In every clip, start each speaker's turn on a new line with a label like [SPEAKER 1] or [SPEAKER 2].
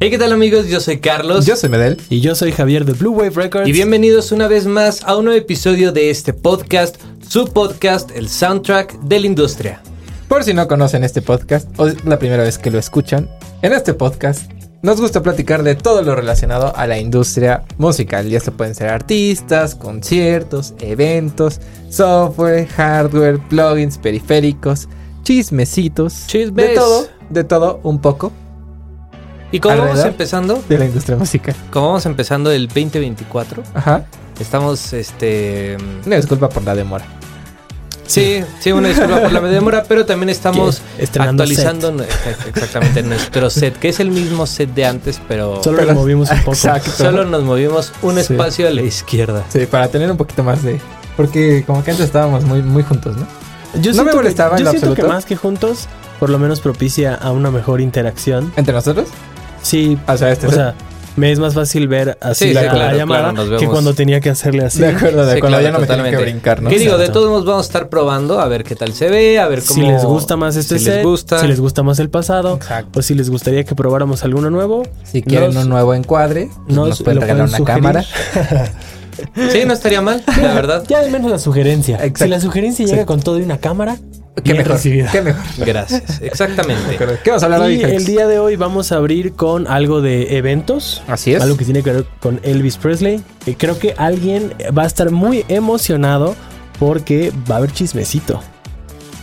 [SPEAKER 1] Hey, ¿qué tal amigos? Yo soy Carlos.
[SPEAKER 2] Yo soy Medel.
[SPEAKER 3] Y yo soy Javier de Blue Wave Records.
[SPEAKER 1] Y bienvenidos una vez más a un nuevo episodio de este podcast, su podcast, el soundtrack de la industria.
[SPEAKER 2] Por si no conocen este podcast o es la primera vez que lo escuchan, en este podcast nos gusta platicar de todo lo relacionado a la industria musical. Y esto pueden ser artistas, conciertos, eventos, software, hardware, plugins, periféricos, chismecitos.
[SPEAKER 1] Chismes.
[SPEAKER 2] De todo, de todo un poco
[SPEAKER 1] Y como vamos
[SPEAKER 2] Alrededor.
[SPEAKER 1] empezando,
[SPEAKER 2] de la industria musical.
[SPEAKER 1] como vamos empezando el 2024,
[SPEAKER 2] Ajá.
[SPEAKER 1] estamos este
[SPEAKER 2] Una disculpa por la demora.
[SPEAKER 1] Sí, sí, una disculpa por la demora, pero también estamos
[SPEAKER 3] Que estrenando
[SPEAKER 1] actualizando nue- exact- exactamente nuestro set, que es el mismo set de antes, pero
[SPEAKER 3] Solo
[SPEAKER 2] Pero-
[SPEAKER 3] nos movimos un poco.
[SPEAKER 2] Exacto.
[SPEAKER 1] solo nos movimos un
[SPEAKER 3] Sí.
[SPEAKER 1] espacio a la izquierda.
[SPEAKER 2] Sí, para tener un poquito más de. Porque como que antes estábamos muy, muy juntos, ¿no?
[SPEAKER 3] Yo
[SPEAKER 2] No
[SPEAKER 3] siento
[SPEAKER 2] me
[SPEAKER 3] que-
[SPEAKER 2] molestaba en
[SPEAKER 3] Yo
[SPEAKER 2] lo
[SPEAKER 3] siento que
[SPEAKER 2] absoluto.
[SPEAKER 3] más que juntos, por lo menos propicia a una mejor interacción.
[SPEAKER 2] ¿Entre nosotros?
[SPEAKER 3] Sí,
[SPEAKER 2] O sea, este.
[SPEAKER 3] o sea, me es más fácil ver así
[SPEAKER 1] Sí,
[SPEAKER 3] la,
[SPEAKER 1] sí, claro,
[SPEAKER 3] la llamada
[SPEAKER 1] claro, nos vemos.
[SPEAKER 3] que cuando tenía que hacerle así.
[SPEAKER 2] de acuerdo, de
[SPEAKER 1] Sí,
[SPEAKER 2] acuerdo.
[SPEAKER 1] claro,
[SPEAKER 2] ya no me tenía que
[SPEAKER 1] totalmente.
[SPEAKER 2] brincar, ¿no?
[SPEAKER 1] ¿Qué digo? De
[SPEAKER 3] Exacto.
[SPEAKER 1] todos modos vamos a estar probando a ver qué tal se ve, a ver cómo
[SPEAKER 3] Si les gusta más este
[SPEAKER 1] si
[SPEAKER 3] set,
[SPEAKER 1] les gusta.
[SPEAKER 3] si les gusta más el pasado,
[SPEAKER 2] Exacto.
[SPEAKER 3] o si les gustaría que probáramos alguno nuevo,
[SPEAKER 2] Si quieren
[SPEAKER 3] Nos-
[SPEAKER 2] un nuevo encuadre, pues
[SPEAKER 3] nos
[SPEAKER 2] nos, pueden
[SPEAKER 3] lo
[SPEAKER 2] regalar una
[SPEAKER 3] pueden sugerir.
[SPEAKER 2] cámara.
[SPEAKER 1] Sí, no estaría mal, la verdad.
[SPEAKER 3] ya al menos la sugerencia.
[SPEAKER 2] Exacto.
[SPEAKER 3] Si la sugerencia llega con todo y una cámara,
[SPEAKER 2] Qué
[SPEAKER 3] bien
[SPEAKER 2] mejor.
[SPEAKER 3] recibida.
[SPEAKER 2] Qué mejor.
[SPEAKER 1] Gracias,
[SPEAKER 2] De
[SPEAKER 1] exactamente.
[SPEAKER 2] acuerdo. ¿Qué vamos a hablar hoy,
[SPEAKER 3] Y
[SPEAKER 2] Alex?
[SPEAKER 3] el día de hoy vamos a abrir con algo de eventos.
[SPEAKER 2] Así es.
[SPEAKER 3] Algo que tiene que ver con Elvis Presley. Eh, creo que alguien va a estar muy emocionado porque va a haber chismecito.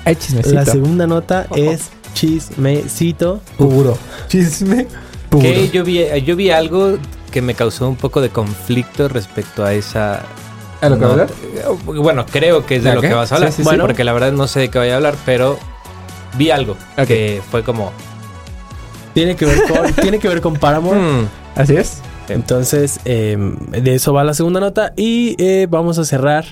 [SPEAKER 2] Ay, chismecito.
[SPEAKER 3] La segunda nota es chismecito.
[SPEAKER 2] Puro. Chisme puro.
[SPEAKER 1] Que yo vi, eh, yo vi algo que me causó un poco de conflicto respecto a esa.
[SPEAKER 2] ¿A lo que
[SPEAKER 1] nota.
[SPEAKER 2] hablar?
[SPEAKER 1] Bueno, creo que es de
[SPEAKER 2] ¿De
[SPEAKER 1] lo
[SPEAKER 2] qué?
[SPEAKER 1] que vas a hablar.
[SPEAKER 2] Sí, sí, sí.
[SPEAKER 1] bueno, porque la verdad no sé de qué voy a hablar, pero vi algo
[SPEAKER 2] Ok.
[SPEAKER 1] que fue como.
[SPEAKER 3] Tiene que ver con, tiene que ver con Paramore.
[SPEAKER 1] "Mm,
[SPEAKER 2] Así es.
[SPEAKER 3] Entonces, eh, de eso va la segunda nota. Y eh, vamos a cerrar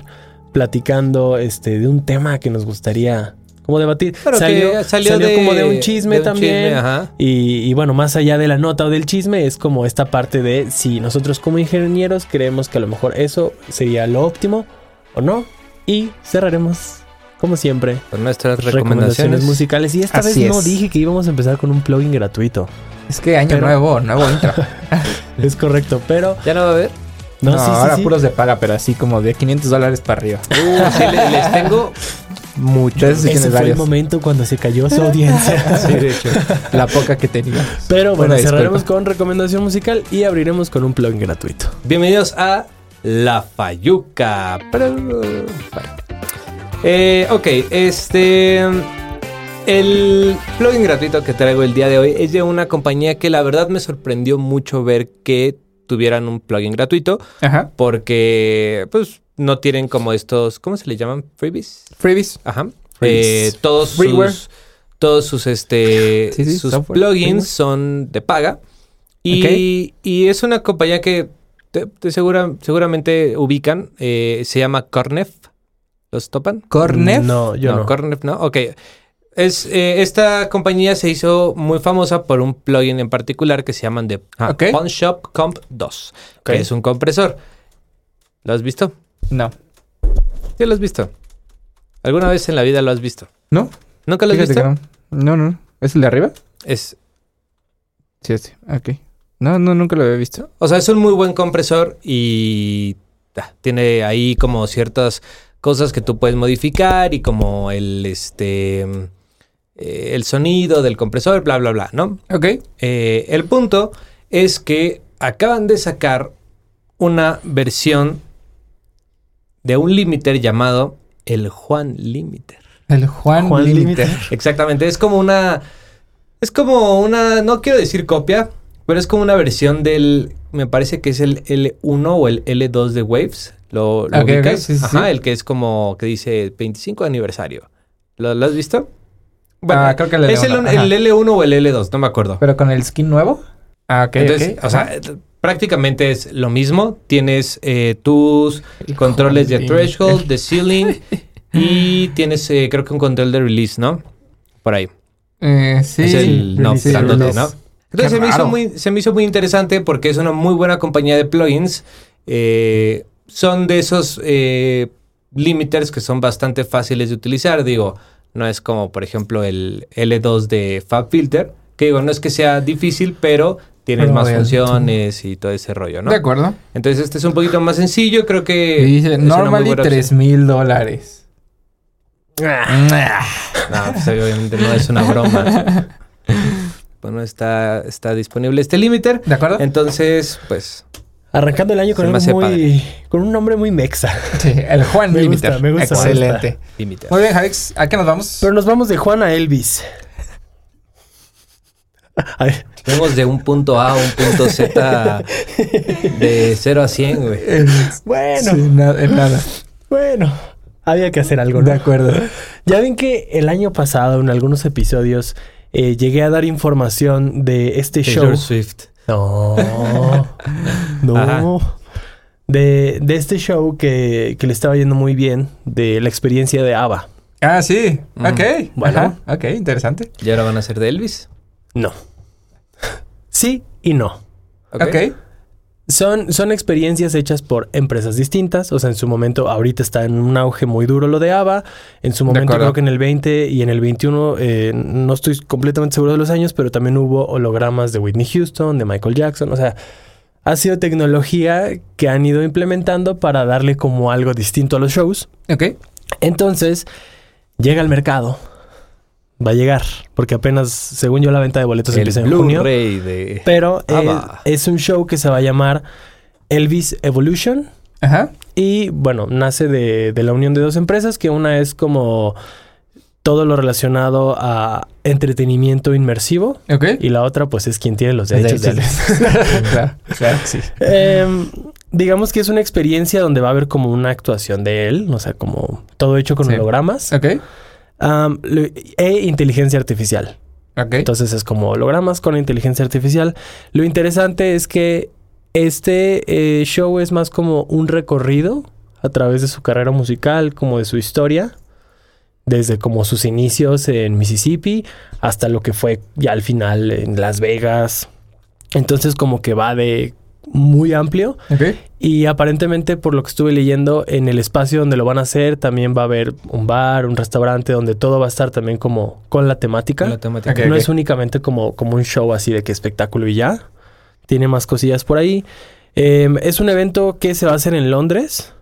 [SPEAKER 3] platicando este, de un tema que nos gustaría como debatir.
[SPEAKER 1] Pero
[SPEAKER 3] salió
[SPEAKER 1] que salió,
[SPEAKER 3] salió
[SPEAKER 1] de,
[SPEAKER 3] como de un chisme
[SPEAKER 1] de un
[SPEAKER 3] también.
[SPEAKER 1] chisme, ajá.
[SPEAKER 3] Y, y bueno, más allá de la nota o del chisme, es como esta parte de si nosotros como ingenieros creemos que a lo mejor eso sería lo óptimo o no. Y cerraremos, como siempre,
[SPEAKER 1] Con nuestras
[SPEAKER 3] recomendaciones,
[SPEAKER 1] recomendaciones.
[SPEAKER 3] musicales. Y esta
[SPEAKER 2] Así
[SPEAKER 3] vez no
[SPEAKER 2] es.
[SPEAKER 3] dije que íbamos a empezar con un plugin gratuito.
[SPEAKER 2] Es que año
[SPEAKER 3] Pero-
[SPEAKER 2] nuevo, nuevo intro.
[SPEAKER 3] Es correcto, pero...
[SPEAKER 1] ¿Ya no va a haber?
[SPEAKER 3] No, sí, sí,
[SPEAKER 2] ahora
[SPEAKER 3] sí.
[SPEAKER 2] puros de paga, pero así como de 500 dólares para arriba.
[SPEAKER 1] Uh, sí, le- les, tengo.
[SPEAKER 2] Mucho. Eso sí
[SPEAKER 3] Ese
[SPEAKER 2] tienes
[SPEAKER 3] fue el
[SPEAKER 2] varios.
[SPEAKER 3] momento cuando se cayó su audiencia.
[SPEAKER 1] Sí, de hecho.
[SPEAKER 2] La poca que tenía.
[SPEAKER 3] Pero bueno,
[SPEAKER 2] Una disculpa.
[SPEAKER 3] cerraremos con recomendación musical y abriremos con un plugin gratuito.
[SPEAKER 1] Bienvenidos a La Fayuca. Pero, bueno. Eh, ok, este. El plugin gratuito que traigo el día de hoy es de una compañía que la verdad me sorprendió mucho ver que tuvieran un plugin gratuito
[SPEAKER 2] Ajá.
[SPEAKER 1] porque, pues, no tienen como estos. ¿Cómo se le llaman? ¿Freebies?
[SPEAKER 2] Freebies.
[SPEAKER 1] Ajá.
[SPEAKER 2] Freebies.
[SPEAKER 1] Eh, todos
[SPEAKER 2] Freeware.
[SPEAKER 1] sus todos sus este
[SPEAKER 2] Sí, sí,
[SPEAKER 1] sus
[SPEAKER 2] software, freeware.
[SPEAKER 1] plugins son de paga y, y es una compañía que te- te segura- seguramente ubican eh, se llama Cornef los topan
[SPEAKER 2] Cornef.
[SPEAKER 3] No, yo no.
[SPEAKER 1] Cornef no ok es, eh, esta compañía se hizo muy famosa por un plugin en particular que se llaman de ah,
[SPEAKER 2] Ok.
[SPEAKER 1] PwnShop Comp 2
[SPEAKER 3] Ok.
[SPEAKER 1] que es un compresor ¿lo has visto?
[SPEAKER 2] No.
[SPEAKER 1] Sí, lo has visto ¿alguna vez en la vida lo has visto?
[SPEAKER 2] ¿No?
[SPEAKER 1] ¿nunca lo has
[SPEAKER 2] Fíjate
[SPEAKER 1] visto?
[SPEAKER 2] que no. No, no. ¿Es el de arriba?
[SPEAKER 1] es
[SPEAKER 2] Sí, este. Ok. No, no, nunca lo había visto.
[SPEAKER 1] O sea, es un muy buen compresor y ah, tiene ahí como ciertas cosas que tú puedes modificar y como el este mm, eh, el sonido del compresor, bla bla bla, ¿no?
[SPEAKER 2] Ok.
[SPEAKER 1] Eh, el punto es que acaban de sacar una versión de un limiter llamado el Juan Limiter.
[SPEAKER 2] El Juan,
[SPEAKER 3] Juan
[SPEAKER 2] Limiter.
[SPEAKER 1] Exactamente, es como una. Es como una. No quiero decir copia, pero es como una versión del. Me parece que es el L1 o el L2 de Waves. ¿Lo, lo
[SPEAKER 2] Ok, ok,
[SPEAKER 1] ubicas?
[SPEAKER 2] sí, sí,
[SPEAKER 1] Ajá,
[SPEAKER 2] sí.
[SPEAKER 1] el que es como que dice 25 aniversario. ¿Lo, lo has visto?
[SPEAKER 2] Ah, creo que el
[SPEAKER 1] es el,
[SPEAKER 2] L1, ajá.
[SPEAKER 1] el L1 o el L2, no me acuerdo.
[SPEAKER 2] Pero con el skin nuevo. Ah, ok.
[SPEAKER 1] Entonces,
[SPEAKER 2] ok.
[SPEAKER 1] o sea,
[SPEAKER 2] Ajá.
[SPEAKER 1] eh, prácticamente es lo mismo. Tienes eh, tus
[SPEAKER 2] El
[SPEAKER 1] controles de
[SPEAKER 2] Juan
[SPEAKER 1] threshold,
[SPEAKER 2] Limiter.
[SPEAKER 1] de ceiling y tienes, eh, creo que un control de release, ¿no? Por ahí.
[SPEAKER 2] Eh, sí.
[SPEAKER 1] es el knob
[SPEAKER 2] sí,
[SPEAKER 1] grandote,
[SPEAKER 2] los-
[SPEAKER 1] ¿no? Entonces se me, hizo
[SPEAKER 2] raro.
[SPEAKER 1] muy, se me hizo muy interesante porque es una muy buena compañía de plugins. Eh, son de esos eh, limiters que son bastante fáciles de utilizar. Digo, no es como, por ejemplo, el L2 de FabFilter. Que digo, no es que sea difícil, pero Tienes
[SPEAKER 2] Pero
[SPEAKER 1] más
[SPEAKER 2] vean,
[SPEAKER 1] funciones y todo ese rollo, ¿no?
[SPEAKER 2] De acuerdo.
[SPEAKER 1] Entonces este es un poquito más sencillo, creo que...
[SPEAKER 2] Y dice,
[SPEAKER 1] es una muy
[SPEAKER 2] normally
[SPEAKER 1] buena opción.
[SPEAKER 2] 3 mil dólares.
[SPEAKER 1] No, pues obviamente no es una broma. Bueno, está, está disponible este limiter.
[SPEAKER 2] ¿De acuerdo?
[SPEAKER 1] Entonces, pues,
[SPEAKER 3] Arrancando el año con
[SPEAKER 1] Se me
[SPEAKER 3] algo
[SPEAKER 1] hace
[SPEAKER 3] muy. Con un nombre muy mexa.
[SPEAKER 1] Ah.
[SPEAKER 2] Sí, el Juan
[SPEAKER 3] Me
[SPEAKER 2] Limiter.
[SPEAKER 3] gusta, me gusta, me
[SPEAKER 2] Excelente.
[SPEAKER 1] limiter.
[SPEAKER 2] Muy bien, Javix, ¿a qué nos vamos?
[SPEAKER 3] Pero nos vamos de Juan a Elvis. Ay,
[SPEAKER 1] Vemos de un punto A a un punto Z de 0 a 100, güey.
[SPEAKER 3] bueno,
[SPEAKER 2] Sí, na- en nada.
[SPEAKER 3] bueno. Había que hacer algo, ¿no?
[SPEAKER 2] De acuerdo.
[SPEAKER 3] Ya ven que el año pasado, en algunos episodios, eh, llegué a dar información de este show.
[SPEAKER 1] Taylor Swift.
[SPEAKER 3] No. no.
[SPEAKER 1] Ajá.
[SPEAKER 3] De, de este show que, que le estaba yendo muy bien, de la experiencia de ABBA.
[SPEAKER 2] Ah, sí.
[SPEAKER 1] Mm.
[SPEAKER 2] ok.
[SPEAKER 3] bueno.
[SPEAKER 2] Ajá, ok, interesante.
[SPEAKER 1] ¿Y ahora van a ser de Elvis?
[SPEAKER 3] No. Sí y no.
[SPEAKER 1] Ok.
[SPEAKER 2] ok.
[SPEAKER 3] Son, son experiencias hechas por empresas distintas. O sea, en su momento, ahorita está en un auge muy duro lo de ABBA. En su momento,
[SPEAKER 2] acuerdo.
[SPEAKER 3] creo que en el 20 y en el 21, eh, no estoy completamente seguro de los años, pero también hubo hologramas de Whitney Houston, de Michael Jackson. O sea, ha sido tecnología que han ido implementando para darle como algo distinto a los shows.
[SPEAKER 2] Ok.
[SPEAKER 3] Entonces, llega al mercado. Va a llegar, porque apenas, según yo, la venta de boletos
[SPEAKER 1] El
[SPEAKER 3] empieza en junio.
[SPEAKER 1] Blu-ray de...
[SPEAKER 3] Pero eh,
[SPEAKER 1] ABBA.
[SPEAKER 3] es un show que se va a llamar Elvis Evolution.
[SPEAKER 2] Ajá.
[SPEAKER 3] Y bueno, nace de, de la unión de dos empresas, que una es como todo lo relacionado a entretenimiento inmersivo.
[SPEAKER 2] Ok.
[SPEAKER 3] Y la otra, pues, es quien tiene los derechos de Elvis.
[SPEAKER 2] claro, claro, sí.
[SPEAKER 3] Em, digamos que es una experiencia donde va a haber como una actuación de él, o sea, como todo hecho con
[SPEAKER 2] Sí.
[SPEAKER 3] hologramas
[SPEAKER 2] Ok.
[SPEAKER 3] am, lo- e inteligencia artificial.
[SPEAKER 2] Ok.
[SPEAKER 3] Entonces es como hologramas con inteligencia artificial. Lo interesante es que este eh, show es más como un recorrido a través de su carrera musical, como de su historia, desde como sus inicios en Mississippi hasta lo que fue ya al final en Las Vegas. Entonces como que va de muy amplio
[SPEAKER 2] Ok.
[SPEAKER 3] y aparentemente por lo que estuve leyendo en el espacio donde lo van a hacer también va a haber un bar, un restaurante donde todo va a estar también como con la temática.
[SPEAKER 1] con la temática.
[SPEAKER 2] Ok.
[SPEAKER 3] No es únicamente como, como un show así de que espectáculo y ya. Tiene más cosillas por ahí. Em, es un evento que se va a hacer en Londres.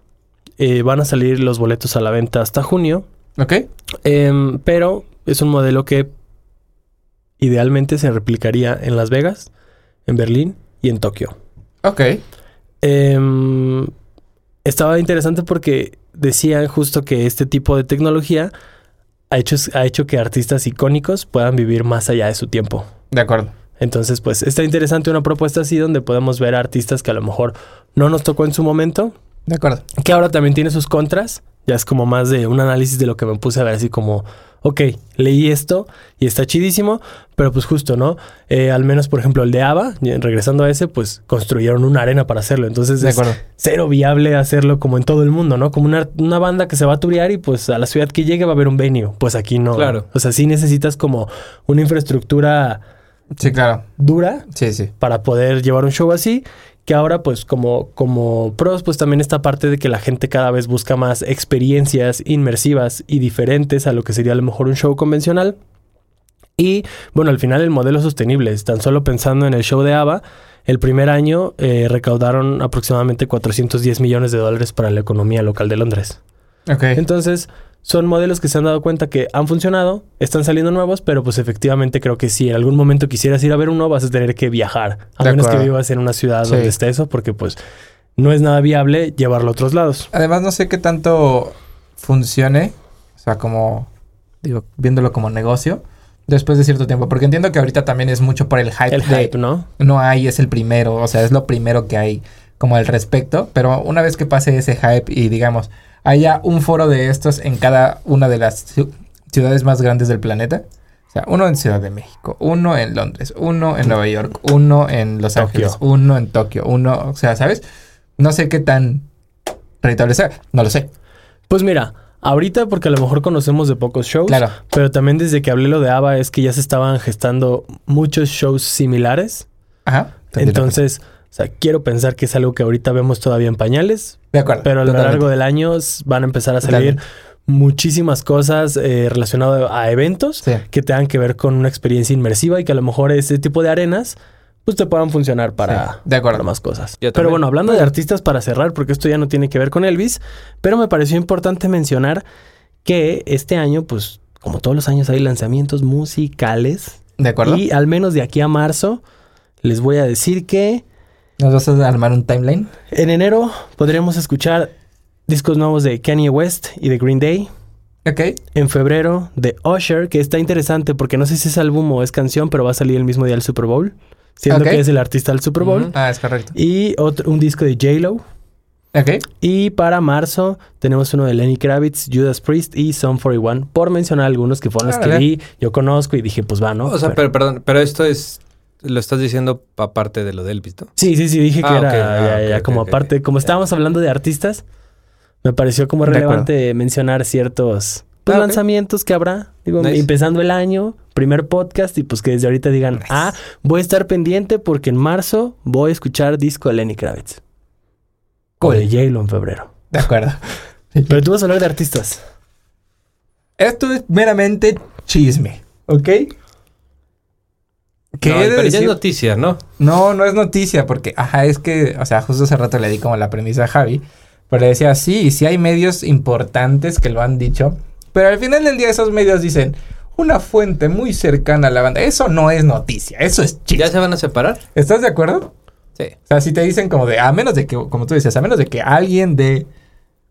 [SPEAKER 3] Eh, van a salir los boletos a la venta hasta junio.
[SPEAKER 2] Ok.
[SPEAKER 3] Em, pero es un modelo que idealmente se replicaría en Las Vegas, en Berlín y en Tokio.
[SPEAKER 2] Ok.
[SPEAKER 3] Em, estaba interesante porque decían justo que este tipo de tecnología ha hecho, ha hecho que artistas icónicos puedan vivir más allá de su tiempo.
[SPEAKER 2] De acuerdo.
[SPEAKER 3] Entonces, pues está interesante una propuesta así donde podemos ver artistas que a lo mejor no nos tocó en su momento,
[SPEAKER 2] De acuerdo.
[SPEAKER 3] que ahora también tiene sus contras. Ya es como más de un análisis de lo que me puse a ver, así como, ok, leí esto y está chidísimo, pero pues justo, ¿no? Eh, al menos, por ejemplo, el de ABBA, y regresando a ese, pues construyeron una arena para hacerlo. Entonces,
[SPEAKER 2] De
[SPEAKER 3] es
[SPEAKER 2] acuerdo.
[SPEAKER 3] cero viable hacerlo como en todo el mundo, ¿no? Como una, una banda que se va a turear y pues a la ciudad que llegue va a haber un venue. Pues aquí no.
[SPEAKER 1] Claro.
[SPEAKER 3] O sea, sí necesitas como una infraestructura
[SPEAKER 2] Sí, claro.
[SPEAKER 3] dura
[SPEAKER 2] Sí, sí.
[SPEAKER 3] para poder llevar un show así. Que ahora, pues, como, como pros, pues también esta parte de que la gente cada vez busca más experiencias inmersivas y diferentes a lo que sería a lo mejor un show convencional. Y bueno, al final el modelo sostenible. Tan solo pensando en el show de ABBA, el primer año eh, recaudaron aproximadamente 410 millones de dólares para la economía local de Londres.
[SPEAKER 2] Ok.
[SPEAKER 3] Entonces, son modelos que se han dado cuenta que han funcionado, están saliendo nuevos, pero pues efectivamente creo que si en algún momento quisieras ir a ver uno, vas a tener que viajar. A
[SPEAKER 2] De
[SPEAKER 3] menos que
[SPEAKER 2] acuerdo.
[SPEAKER 3] vivas en una ciudad
[SPEAKER 2] Sí.
[SPEAKER 3] donde esté eso, porque pues no es nada viable llevarlo a otros lados.
[SPEAKER 2] Además, no sé qué tanto funcione. O sea, como. Digo, viéndolo como negocio. Después de cierto tiempo. Porque entiendo que ahorita también es mucho por el hype.
[SPEAKER 3] El
[SPEAKER 2] de-
[SPEAKER 3] hype, ¿no?
[SPEAKER 2] no hay, es el primero, o sea, es lo primero que hay como al respecto, pero una vez que pase ese hype y digamos, haya un foro de estos en cada una de las ciu- ciudades más grandes del planeta, o sea, uno en Ciudad de México, uno en Londres, uno en Nueva York, uno en Los
[SPEAKER 3] Tokio.
[SPEAKER 2] Ángeles, uno en Tokio, uno, o sea, ¿sabes? No sé qué tan rentable sea, no lo sé,
[SPEAKER 3] Pues mira, ahorita porque a lo mejor conocemos de pocos shows,
[SPEAKER 2] claro,
[SPEAKER 3] pero también desde que hablé lo de ABBA es que ya se estaban gestando muchos shows similares.
[SPEAKER 2] ajá.
[SPEAKER 3] Entonces, o sea, quiero pensar que es algo que ahorita vemos todavía en pañales,
[SPEAKER 2] de acuerdo.
[SPEAKER 3] Pero a lo
[SPEAKER 2] totalmente.
[SPEAKER 3] largo del año s- van a empezar a salir
[SPEAKER 2] Totalmente.
[SPEAKER 3] muchísimas cosas eh, relacionadas a eventos
[SPEAKER 2] Sí.
[SPEAKER 3] que tengan que ver con una experiencia inmersiva y que a lo mejor ese tipo de arenas pues te puedan funcionar para,
[SPEAKER 2] Sí, de acuerdo.
[SPEAKER 3] para más cosas.
[SPEAKER 1] Yo
[SPEAKER 3] Pero
[SPEAKER 1] también.
[SPEAKER 3] bueno, hablando de artistas para cerrar, porque esto ya no tiene que ver con Elvis, pero me pareció importante mencionar que este año, pues como todos los años hay lanzamientos musicales
[SPEAKER 2] ¿De acuerdo?
[SPEAKER 3] y al menos de aquí a marzo les voy a decir que
[SPEAKER 2] ¿Nos vas a armar un timeline?
[SPEAKER 3] en enero podremos escuchar discos nuevos de Kanye West y de Green Day.
[SPEAKER 2] Ok.
[SPEAKER 3] En febrero de Usher, que está interesante porque no sé si es álbum o es canción, pero va a salir el mismo día del Super Bowl, siendo
[SPEAKER 2] Ok.
[SPEAKER 3] que es el artista del Super Bowl.
[SPEAKER 1] Ujú.
[SPEAKER 2] Ah, es correcto.
[SPEAKER 3] Y otro, un disco de J-Lo.
[SPEAKER 2] Ok.
[SPEAKER 3] Y para marzo tenemos uno de Lenny Kravitz, Judas Priest y Son 41, por mencionar algunos que fueron los que
[SPEAKER 2] Órale.
[SPEAKER 3] vi, yo conozco y dije, pues va, ¿no?
[SPEAKER 1] O sea, pero,
[SPEAKER 3] Pero-
[SPEAKER 1] perdón, pero esto es. Lo estás diciendo aparte de lo del Elvis, ¿no?
[SPEAKER 3] Sí, sí, sí, dije que
[SPEAKER 1] Ah,
[SPEAKER 3] era
[SPEAKER 1] ok, ah,
[SPEAKER 3] ya,
[SPEAKER 1] ok,
[SPEAKER 3] ya
[SPEAKER 1] ok,
[SPEAKER 3] como
[SPEAKER 1] ok,
[SPEAKER 3] aparte,
[SPEAKER 1] ok.
[SPEAKER 3] como estábamos hablando de artistas, me pareció como
[SPEAKER 2] De acuerdo.
[SPEAKER 3] relevante mencionar ciertos pues,
[SPEAKER 1] Ah, ok.
[SPEAKER 3] lanzamientos que habrá, digo,
[SPEAKER 1] Nice.
[SPEAKER 3] empezando el año, primer podcast y pues que desde ahorita digan, ah, voy a estar pendiente porque en marzo voy a escuchar disco de Lenny Kravitz. O de
[SPEAKER 2] Cool.
[SPEAKER 3] J-Lo en febrero.
[SPEAKER 2] De acuerdo.
[SPEAKER 3] Pero tú vas a hablar de artistas.
[SPEAKER 2] Esto es meramente chisme. ¿Ok? ¿Qué
[SPEAKER 1] No,
[SPEAKER 2] he de
[SPEAKER 1] pero ya
[SPEAKER 2] decir?
[SPEAKER 1] es noticia, ¿no?
[SPEAKER 2] No, no es noticia, porque, ajá, es que, o sea, justo hace rato le di como la premisa a Javi, pero le decía, sí, sí hay medios importantes que lo han dicho, pero al final del día esos medios dicen, una fuente muy cercana a la banda, eso no es noticia, eso es
[SPEAKER 1] ¿Ya
[SPEAKER 2] chisme.
[SPEAKER 1] se van a separar?
[SPEAKER 2] ¿Estás de acuerdo?
[SPEAKER 1] Sí.
[SPEAKER 2] O sea, si te dicen como de, a menos de que, como tú dices, a menos de que alguien de...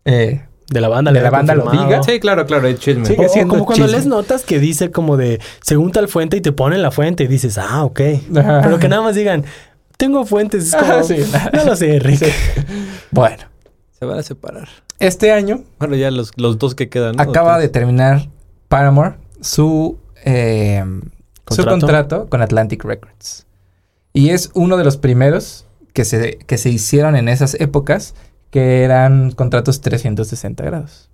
[SPEAKER 2] eh,
[SPEAKER 3] De la banda,
[SPEAKER 2] De
[SPEAKER 3] le
[SPEAKER 2] la
[SPEAKER 3] había
[SPEAKER 2] banda lo
[SPEAKER 3] confirmado.
[SPEAKER 2] diga.
[SPEAKER 1] Sí, claro, claro, el chisme.
[SPEAKER 2] Sí.
[SPEAKER 3] O-
[SPEAKER 2] Sigue
[SPEAKER 3] o
[SPEAKER 2] siendo
[SPEAKER 3] como cuando
[SPEAKER 2] chisme.
[SPEAKER 3] lees notas que dice como de según tal fuente y te ponen la fuente y dices, ah, ok.
[SPEAKER 2] Ajá.
[SPEAKER 3] Pero que nada más digan, tengo fuentes, es como,
[SPEAKER 2] Ajá, sí.
[SPEAKER 3] no lo sé, Rick.
[SPEAKER 2] bueno,
[SPEAKER 1] Se van a separar.
[SPEAKER 2] este año
[SPEAKER 1] Bueno, ya los, los dos que quedan. ¿no?
[SPEAKER 2] acaba
[SPEAKER 1] Tres.
[SPEAKER 2] de terminar Paramore su, eh, su
[SPEAKER 3] ¿Contrato?
[SPEAKER 2] contrato con Atlantic Records. Y es uno de los primeros que se, que se hicieron en esas épocas que eran contratos 360 grados.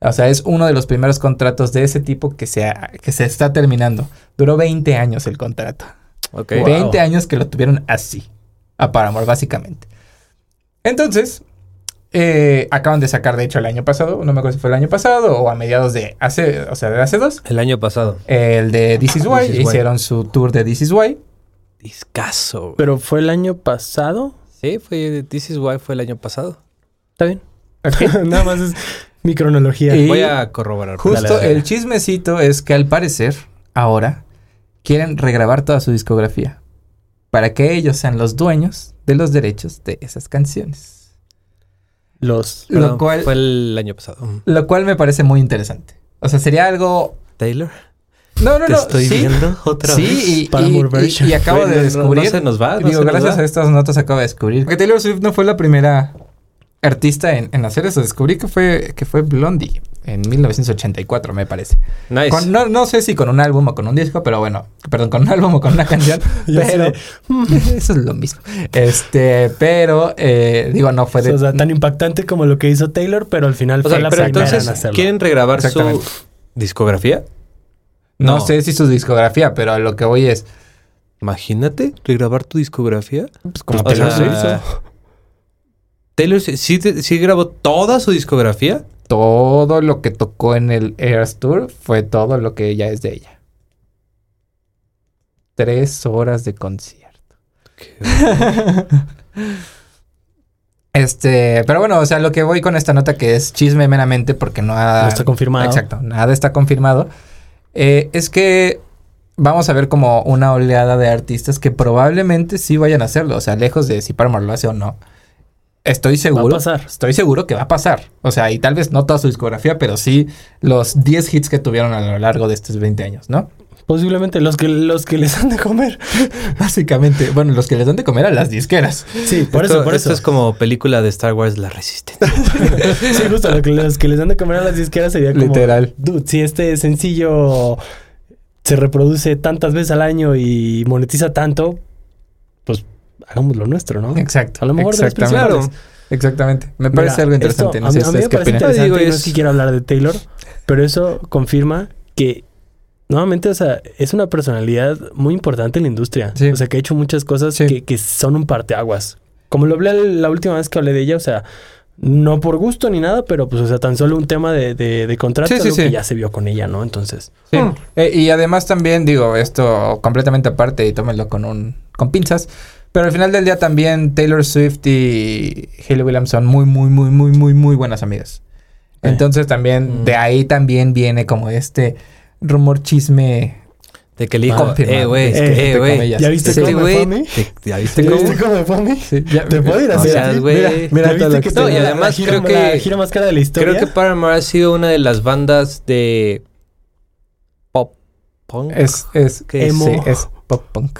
[SPEAKER 2] O sea, es uno de los primeros contratos de ese tipo que se, ha- que se está terminando. Duró 20 años el contrato.
[SPEAKER 1] Ok.
[SPEAKER 3] Wow.
[SPEAKER 2] 20 años que lo tuvieron así, a Paramore, básicamente. Entonces, eh, acaban de sacar, de hecho, el año pasado, no me acuerdo si fue el año pasado o a mediados de hace, o sea, de hace dos,
[SPEAKER 1] El año pasado.
[SPEAKER 2] el de This Is Why,
[SPEAKER 1] This Is Why.
[SPEAKER 2] hicieron su tour de This Is Why.
[SPEAKER 1] Discaso. güey.
[SPEAKER 3] Pero fue el año pasado.
[SPEAKER 1] Sí, fue This is Why fue el año pasado.
[SPEAKER 3] Está bien. nada más es mi cronología.
[SPEAKER 2] Y-
[SPEAKER 1] Voy a corroborar.
[SPEAKER 2] Justo
[SPEAKER 3] Dale, dale.
[SPEAKER 2] el chismecito es que al parecer, ahora, quieren regrabar toda su discografía para que ellos sean los dueños de los derechos de esas canciones.
[SPEAKER 3] Los.
[SPEAKER 2] Lo
[SPEAKER 1] Perdón,
[SPEAKER 2] cual-
[SPEAKER 1] Fue el año pasado. Mm.
[SPEAKER 2] Lo cual me parece muy interesante. O sea, sería algo...
[SPEAKER 1] Taylor,
[SPEAKER 2] No, no,
[SPEAKER 1] te
[SPEAKER 2] no.
[SPEAKER 1] estoy
[SPEAKER 2] sí,
[SPEAKER 1] viendo otra vez.
[SPEAKER 2] Sí, y,
[SPEAKER 3] Para
[SPEAKER 2] y-
[SPEAKER 3] Mulversion.
[SPEAKER 2] y- y acabo
[SPEAKER 1] Güey,
[SPEAKER 2] de
[SPEAKER 1] no- no-
[SPEAKER 2] descubrir.
[SPEAKER 1] no se nos va, no
[SPEAKER 2] digo,
[SPEAKER 1] se nos
[SPEAKER 2] gracias
[SPEAKER 1] va.
[SPEAKER 2] a estas notas acabo de descubrir. Porque Taylor Swift no fue la primera artista en, en hacer eso. Descubrí que fue, que fue Blondie en 1984, me parece.
[SPEAKER 1] Nice.
[SPEAKER 2] Con- no, no sé si con un álbum o con un disco, pero bueno, perdón, con un álbum o con una canción.
[SPEAKER 3] Yo sé
[SPEAKER 2] pero
[SPEAKER 3] de-
[SPEAKER 2] eso es lo mismo. Este, pero eh, digo, no fue de.
[SPEAKER 3] o sea, tan impactante como lo que hizo Taylor, pero al final
[SPEAKER 1] O
[SPEAKER 3] fue
[SPEAKER 1] sea,
[SPEAKER 3] la
[SPEAKER 1] pero
[SPEAKER 3] primera
[SPEAKER 1] entonces,
[SPEAKER 3] en hacerlo.
[SPEAKER 1] ¿quieren regrabar su
[SPEAKER 2] Exactamente.
[SPEAKER 1] discografía?
[SPEAKER 2] no,
[SPEAKER 1] no.
[SPEAKER 2] sé si su discografía, pero a lo que voy es.
[SPEAKER 1] Imagínate regrabar tu discografía.
[SPEAKER 2] Pues, como
[SPEAKER 1] O
[SPEAKER 2] Taylor
[SPEAKER 1] sea,
[SPEAKER 2] Swift.
[SPEAKER 1] Taylor Swift, ¿sí, te- sí grabó toda su discografía.
[SPEAKER 2] Todo lo que tocó en el Eras Tour fue todo lo que ya es de ella. Tres horas de concierto. Este, pero bueno, o sea, lo que voy con esta nota que es chisme meramente porque no ha...
[SPEAKER 3] No está confirmado.
[SPEAKER 2] ah, Exacto, nada está confirmado. eh, es que vamos a ver como una oleada de artistas que probablemente sí vayan a hacerlo. O sea, lejos de si Paramore lo hace o no. Estoy seguro.
[SPEAKER 3] pasar.
[SPEAKER 2] Estoy seguro que va a pasar. O sea, y tal vez no toda su discografía, pero sí los 10 hits que tuvieron a lo largo de estos 20 años, ¿no?
[SPEAKER 3] Posiblemente los que, los que les han de comer.
[SPEAKER 2] Básicamente, bueno, los que les dan de comer a las disqueras.
[SPEAKER 3] Sí, por
[SPEAKER 1] Esto-
[SPEAKER 3] eso, por
[SPEAKER 1] Esto
[SPEAKER 3] eso.
[SPEAKER 1] es como película de Star Wars La Resistencia.
[SPEAKER 3] Sí, justo lo que- los que les dan de comer a las disqueras sería como.
[SPEAKER 2] Literal.
[SPEAKER 3] Dude, si este sencillo se reproduce tantas veces al año y monetiza tanto, pues hagámoslo nuestro, ¿no?
[SPEAKER 2] Exacto.
[SPEAKER 3] A lo mejor de los
[SPEAKER 2] exactamente.
[SPEAKER 1] claro.
[SPEAKER 2] Exactamente. Me parece
[SPEAKER 3] Mira,
[SPEAKER 2] algo interesante.
[SPEAKER 3] esto
[SPEAKER 2] no
[SPEAKER 3] a
[SPEAKER 2] sé
[SPEAKER 3] mí- a mí
[SPEAKER 2] ustedes
[SPEAKER 3] me
[SPEAKER 2] qué
[SPEAKER 3] parece
[SPEAKER 2] opinan.
[SPEAKER 3] interesante,
[SPEAKER 1] Digo,
[SPEAKER 3] no
[SPEAKER 1] es-
[SPEAKER 3] es que quiera hablar de Taylor, pero eso confirma que nuevamente, o sea, es una personalidad muy importante en la industria.
[SPEAKER 2] Sí.
[SPEAKER 3] O sea, que ha hecho muchas cosas
[SPEAKER 2] Sí.
[SPEAKER 3] que, que son un parteaguas. Como lo hablé la última vez que hablé de ella, o sea, no por gusto ni nada, pero pues, o sea, tan solo un tema de, de, de contrato
[SPEAKER 2] Sí, sí,
[SPEAKER 3] algo
[SPEAKER 2] sí.
[SPEAKER 3] que ya se vio con ella, ¿no? Entonces,
[SPEAKER 2] Sí.
[SPEAKER 1] Hmm.
[SPEAKER 2] Eh, y además también digo esto completamente aparte y tómenlo con un con pinzas. Pero al final del día también Taylor Swift y Hayley Williams son muy, muy, muy, muy, muy, muy buenas amigas.
[SPEAKER 3] Eh.
[SPEAKER 2] Entonces también,
[SPEAKER 1] Mm.
[SPEAKER 2] de ahí también viene como este rumor chisme.
[SPEAKER 1] De que el hijo.
[SPEAKER 2] Confirmado.
[SPEAKER 1] Eh, güey. es
[SPEAKER 3] Eh,
[SPEAKER 1] que, Eh,
[SPEAKER 2] entre
[SPEAKER 1] güey.
[SPEAKER 2] comillas.
[SPEAKER 3] ¿Ya viste
[SPEAKER 1] Este
[SPEAKER 3] cómo me fue a
[SPEAKER 1] güey.
[SPEAKER 3] mí?
[SPEAKER 1] te- ¿Ya viste
[SPEAKER 3] ¿Te
[SPEAKER 1] cómo?
[SPEAKER 3] viste cómo me fue a mí? Te puedo ir a
[SPEAKER 1] No
[SPEAKER 3] hacer
[SPEAKER 1] seas
[SPEAKER 3] así?
[SPEAKER 1] güey.
[SPEAKER 3] Mira, mira
[SPEAKER 2] ¿Ya viste
[SPEAKER 3] todo lo
[SPEAKER 2] que
[SPEAKER 3] que
[SPEAKER 2] no?
[SPEAKER 3] tengo.
[SPEAKER 2] Y
[SPEAKER 1] además
[SPEAKER 3] La gira-
[SPEAKER 1] creo que-
[SPEAKER 3] la gira más cara de la historia.
[SPEAKER 1] Creo que Paramore ha sido una de las bandas de pop punk. Es,
[SPEAKER 2] Es, es,
[SPEAKER 1] ¿Qué
[SPEAKER 2] es-
[SPEAKER 3] es?
[SPEAKER 2] sí, es pop punk.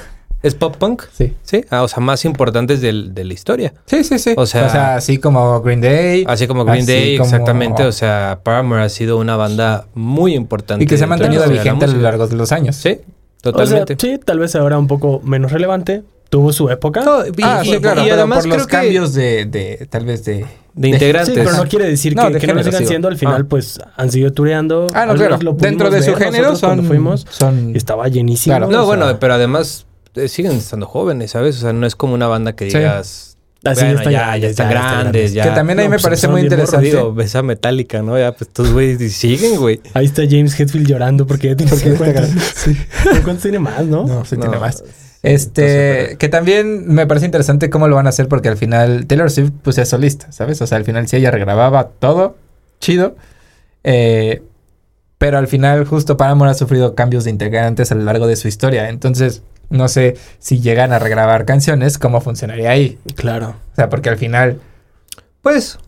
[SPEAKER 1] pop punk,
[SPEAKER 2] Sí.
[SPEAKER 1] sí. Ah, o sea, más importantes del- de la historia.
[SPEAKER 2] Sí, sí, sí.
[SPEAKER 1] O sea-
[SPEAKER 2] así como Green Day.
[SPEAKER 1] Así como Green
[SPEAKER 2] Así
[SPEAKER 1] Day,
[SPEAKER 2] como-
[SPEAKER 1] exactamente. O sea, Paramore ha sido una banda muy importante.
[SPEAKER 2] y que se ha
[SPEAKER 1] dentro de la
[SPEAKER 2] mantenido
[SPEAKER 1] historia de la
[SPEAKER 2] vigente a lo
[SPEAKER 1] música.
[SPEAKER 2] largo de los años.
[SPEAKER 1] Sí,
[SPEAKER 3] O sea,
[SPEAKER 1] totalmente.
[SPEAKER 3] sí, tal vez ahora un poco menos relevante. Tuvo su época.
[SPEAKER 1] No, y,
[SPEAKER 2] ah,
[SPEAKER 1] y-
[SPEAKER 2] sí, claro.
[SPEAKER 1] y
[SPEAKER 2] pero
[SPEAKER 1] además
[SPEAKER 2] por los
[SPEAKER 1] creo
[SPEAKER 2] cambios de, de, tal vez de...
[SPEAKER 1] que de integrantes.
[SPEAKER 3] Sí, pero no quiere decir
[SPEAKER 2] No,
[SPEAKER 3] que,
[SPEAKER 2] de
[SPEAKER 3] que no lo
[SPEAKER 2] género,
[SPEAKER 3] sigan
[SPEAKER 2] sí.
[SPEAKER 3] siendo. Al final,
[SPEAKER 1] Ah.
[SPEAKER 2] pues...
[SPEAKER 3] pues han seguido tureando.
[SPEAKER 2] Ah, no,
[SPEAKER 3] Algunos
[SPEAKER 2] claro.
[SPEAKER 3] lo pudimos
[SPEAKER 2] Dentro de su
[SPEAKER 3] ver
[SPEAKER 2] género
[SPEAKER 3] nosotros cuando
[SPEAKER 2] son...
[SPEAKER 3] fuimos.
[SPEAKER 2] son
[SPEAKER 3] Estaba llenísimo.
[SPEAKER 2] Claro.
[SPEAKER 1] No,
[SPEAKER 3] o
[SPEAKER 1] bueno,
[SPEAKER 3] sea,
[SPEAKER 1] pero además eh, siguen estando jóvenes, ¿sabes? O sea, no es como una banda que
[SPEAKER 2] Sí.
[SPEAKER 1] digas.
[SPEAKER 3] así
[SPEAKER 1] bueno,
[SPEAKER 3] está,
[SPEAKER 1] ya, ya están grandes, ya.
[SPEAKER 2] Que también ahí
[SPEAKER 3] No,
[SPEAKER 2] me
[SPEAKER 3] pues,
[SPEAKER 2] parece
[SPEAKER 3] son
[SPEAKER 2] muy
[SPEAKER 3] bien
[SPEAKER 1] Morro,
[SPEAKER 2] interesante.
[SPEAKER 1] digo, ves a Metallica, ¿no? Ya, pues estos güeyes y siguen, güey.
[SPEAKER 3] Ahí está James Hetfield llorando porque ya tiene
[SPEAKER 2] Porque ya está
[SPEAKER 3] 50.
[SPEAKER 2] grande. Sí.
[SPEAKER 3] ¿Cuántos tiene más, no?
[SPEAKER 2] No, sí tiene
[SPEAKER 1] No,
[SPEAKER 2] más.
[SPEAKER 1] sí,
[SPEAKER 2] Este,
[SPEAKER 1] entonces,
[SPEAKER 2] que también me parece interesante cómo lo van a hacer porque al final Taylor Swift pues es solista, ¿sabes? O sea, al final sí ella regrababa todo, chido. eh, pero al final justo Paramore ha sufrido cambios de integrantes a lo largo de su historia. Entonces, no sé si llegan a regrabar canciones, cómo funcionaría ahí.
[SPEAKER 3] Claro.
[SPEAKER 2] O sea, porque al final...
[SPEAKER 1] Pues.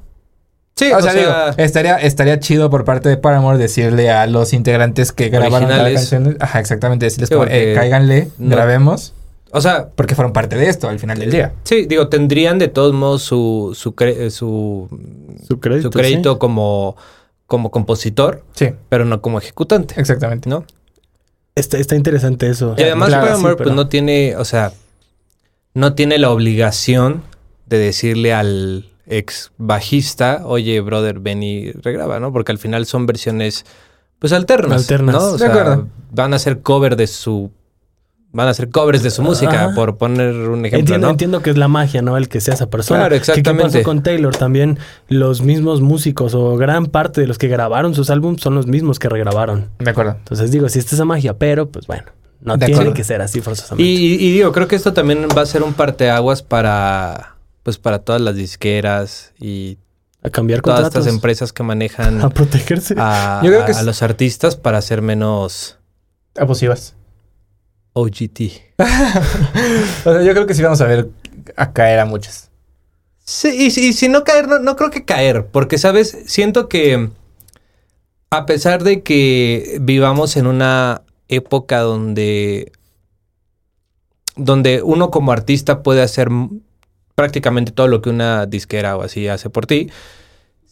[SPEAKER 1] Sí,
[SPEAKER 2] o sea, digo, estaría, estaría chido por parte de Paramore decirle a los integrantes que grabaron las
[SPEAKER 1] Originales.
[SPEAKER 2] canciones... Ajá, exactamente. Decirles
[SPEAKER 1] Sí,
[SPEAKER 2] como,
[SPEAKER 1] porque
[SPEAKER 2] eh, cáiganle,
[SPEAKER 1] no-
[SPEAKER 2] grabemos.
[SPEAKER 1] o sea,
[SPEAKER 2] Porque fueron parte de esto al final del día.
[SPEAKER 1] sí, digo, tendrían de todos modos su, su, cre- eh, su,
[SPEAKER 3] Su crédito.
[SPEAKER 1] su crédito como, como compositor,
[SPEAKER 2] Sí,
[SPEAKER 1] pero no como ejecutante,
[SPEAKER 2] exactamente.
[SPEAKER 1] ¿no?
[SPEAKER 3] Está, está interesante eso.
[SPEAKER 1] Y además,
[SPEAKER 2] Claro,
[SPEAKER 1] Paramore,
[SPEAKER 3] sí, pero-
[SPEAKER 1] pues no tiene, o sea, no tiene la obligación de decirle al ex bajista, oye, brother, ven y regraba, ¿no? Porque al final son versiones, pues alternas.
[SPEAKER 3] Alternas.
[SPEAKER 1] ¿no? O
[SPEAKER 2] De
[SPEAKER 1] sea,
[SPEAKER 2] acuerdo.
[SPEAKER 1] Van a hacer cover de su. Van a hacer covers de su música,
[SPEAKER 3] Ajá.
[SPEAKER 1] por poner un ejemplo,
[SPEAKER 3] Entiendo,
[SPEAKER 1] ¿no?
[SPEAKER 3] entiendo que es la magia, ¿no? El que sea esa persona.
[SPEAKER 1] Claro,
[SPEAKER 3] Que- ¿Qué
[SPEAKER 1] exactamente.
[SPEAKER 3] pasó con Taylor? También los mismos músicos o gran parte de los que grabaron sus álbumes son los mismos que regrabaron.
[SPEAKER 2] De acuerdo.
[SPEAKER 3] Entonces digo, sí está esa magia, pero pues bueno, no
[SPEAKER 2] De
[SPEAKER 3] tiene
[SPEAKER 2] acuerdo.
[SPEAKER 3] que ser así forzosamente.
[SPEAKER 1] Y, y- y digo, creo que esto también va a ser un parteaguas para. Pues para todas las disqueras y
[SPEAKER 3] a cambiar
[SPEAKER 1] todas
[SPEAKER 3] contratos.
[SPEAKER 1] estas empresas Ah. que manejan
[SPEAKER 3] A protegerse.
[SPEAKER 1] a,
[SPEAKER 2] Yo creo que
[SPEAKER 1] a- a
[SPEAKER 2] es-
[SPEAKER 1] los artistas para ser menos
[SPEAKER 2] Abusivas.
[SPEAKER 1] OGT.
[SPEAKER 2] O sea, yo creo que sí vamos a ver a caer a muchas.
[SPEAKER 1] Sí, y, si- y si no caer, no, no creo que caer, porque, ¿sabes? Siento que a pesar de que vivamos en una época donde, donde uno como artista puede hacer m- prácticamente todo lo que una disquera o así hace por ti,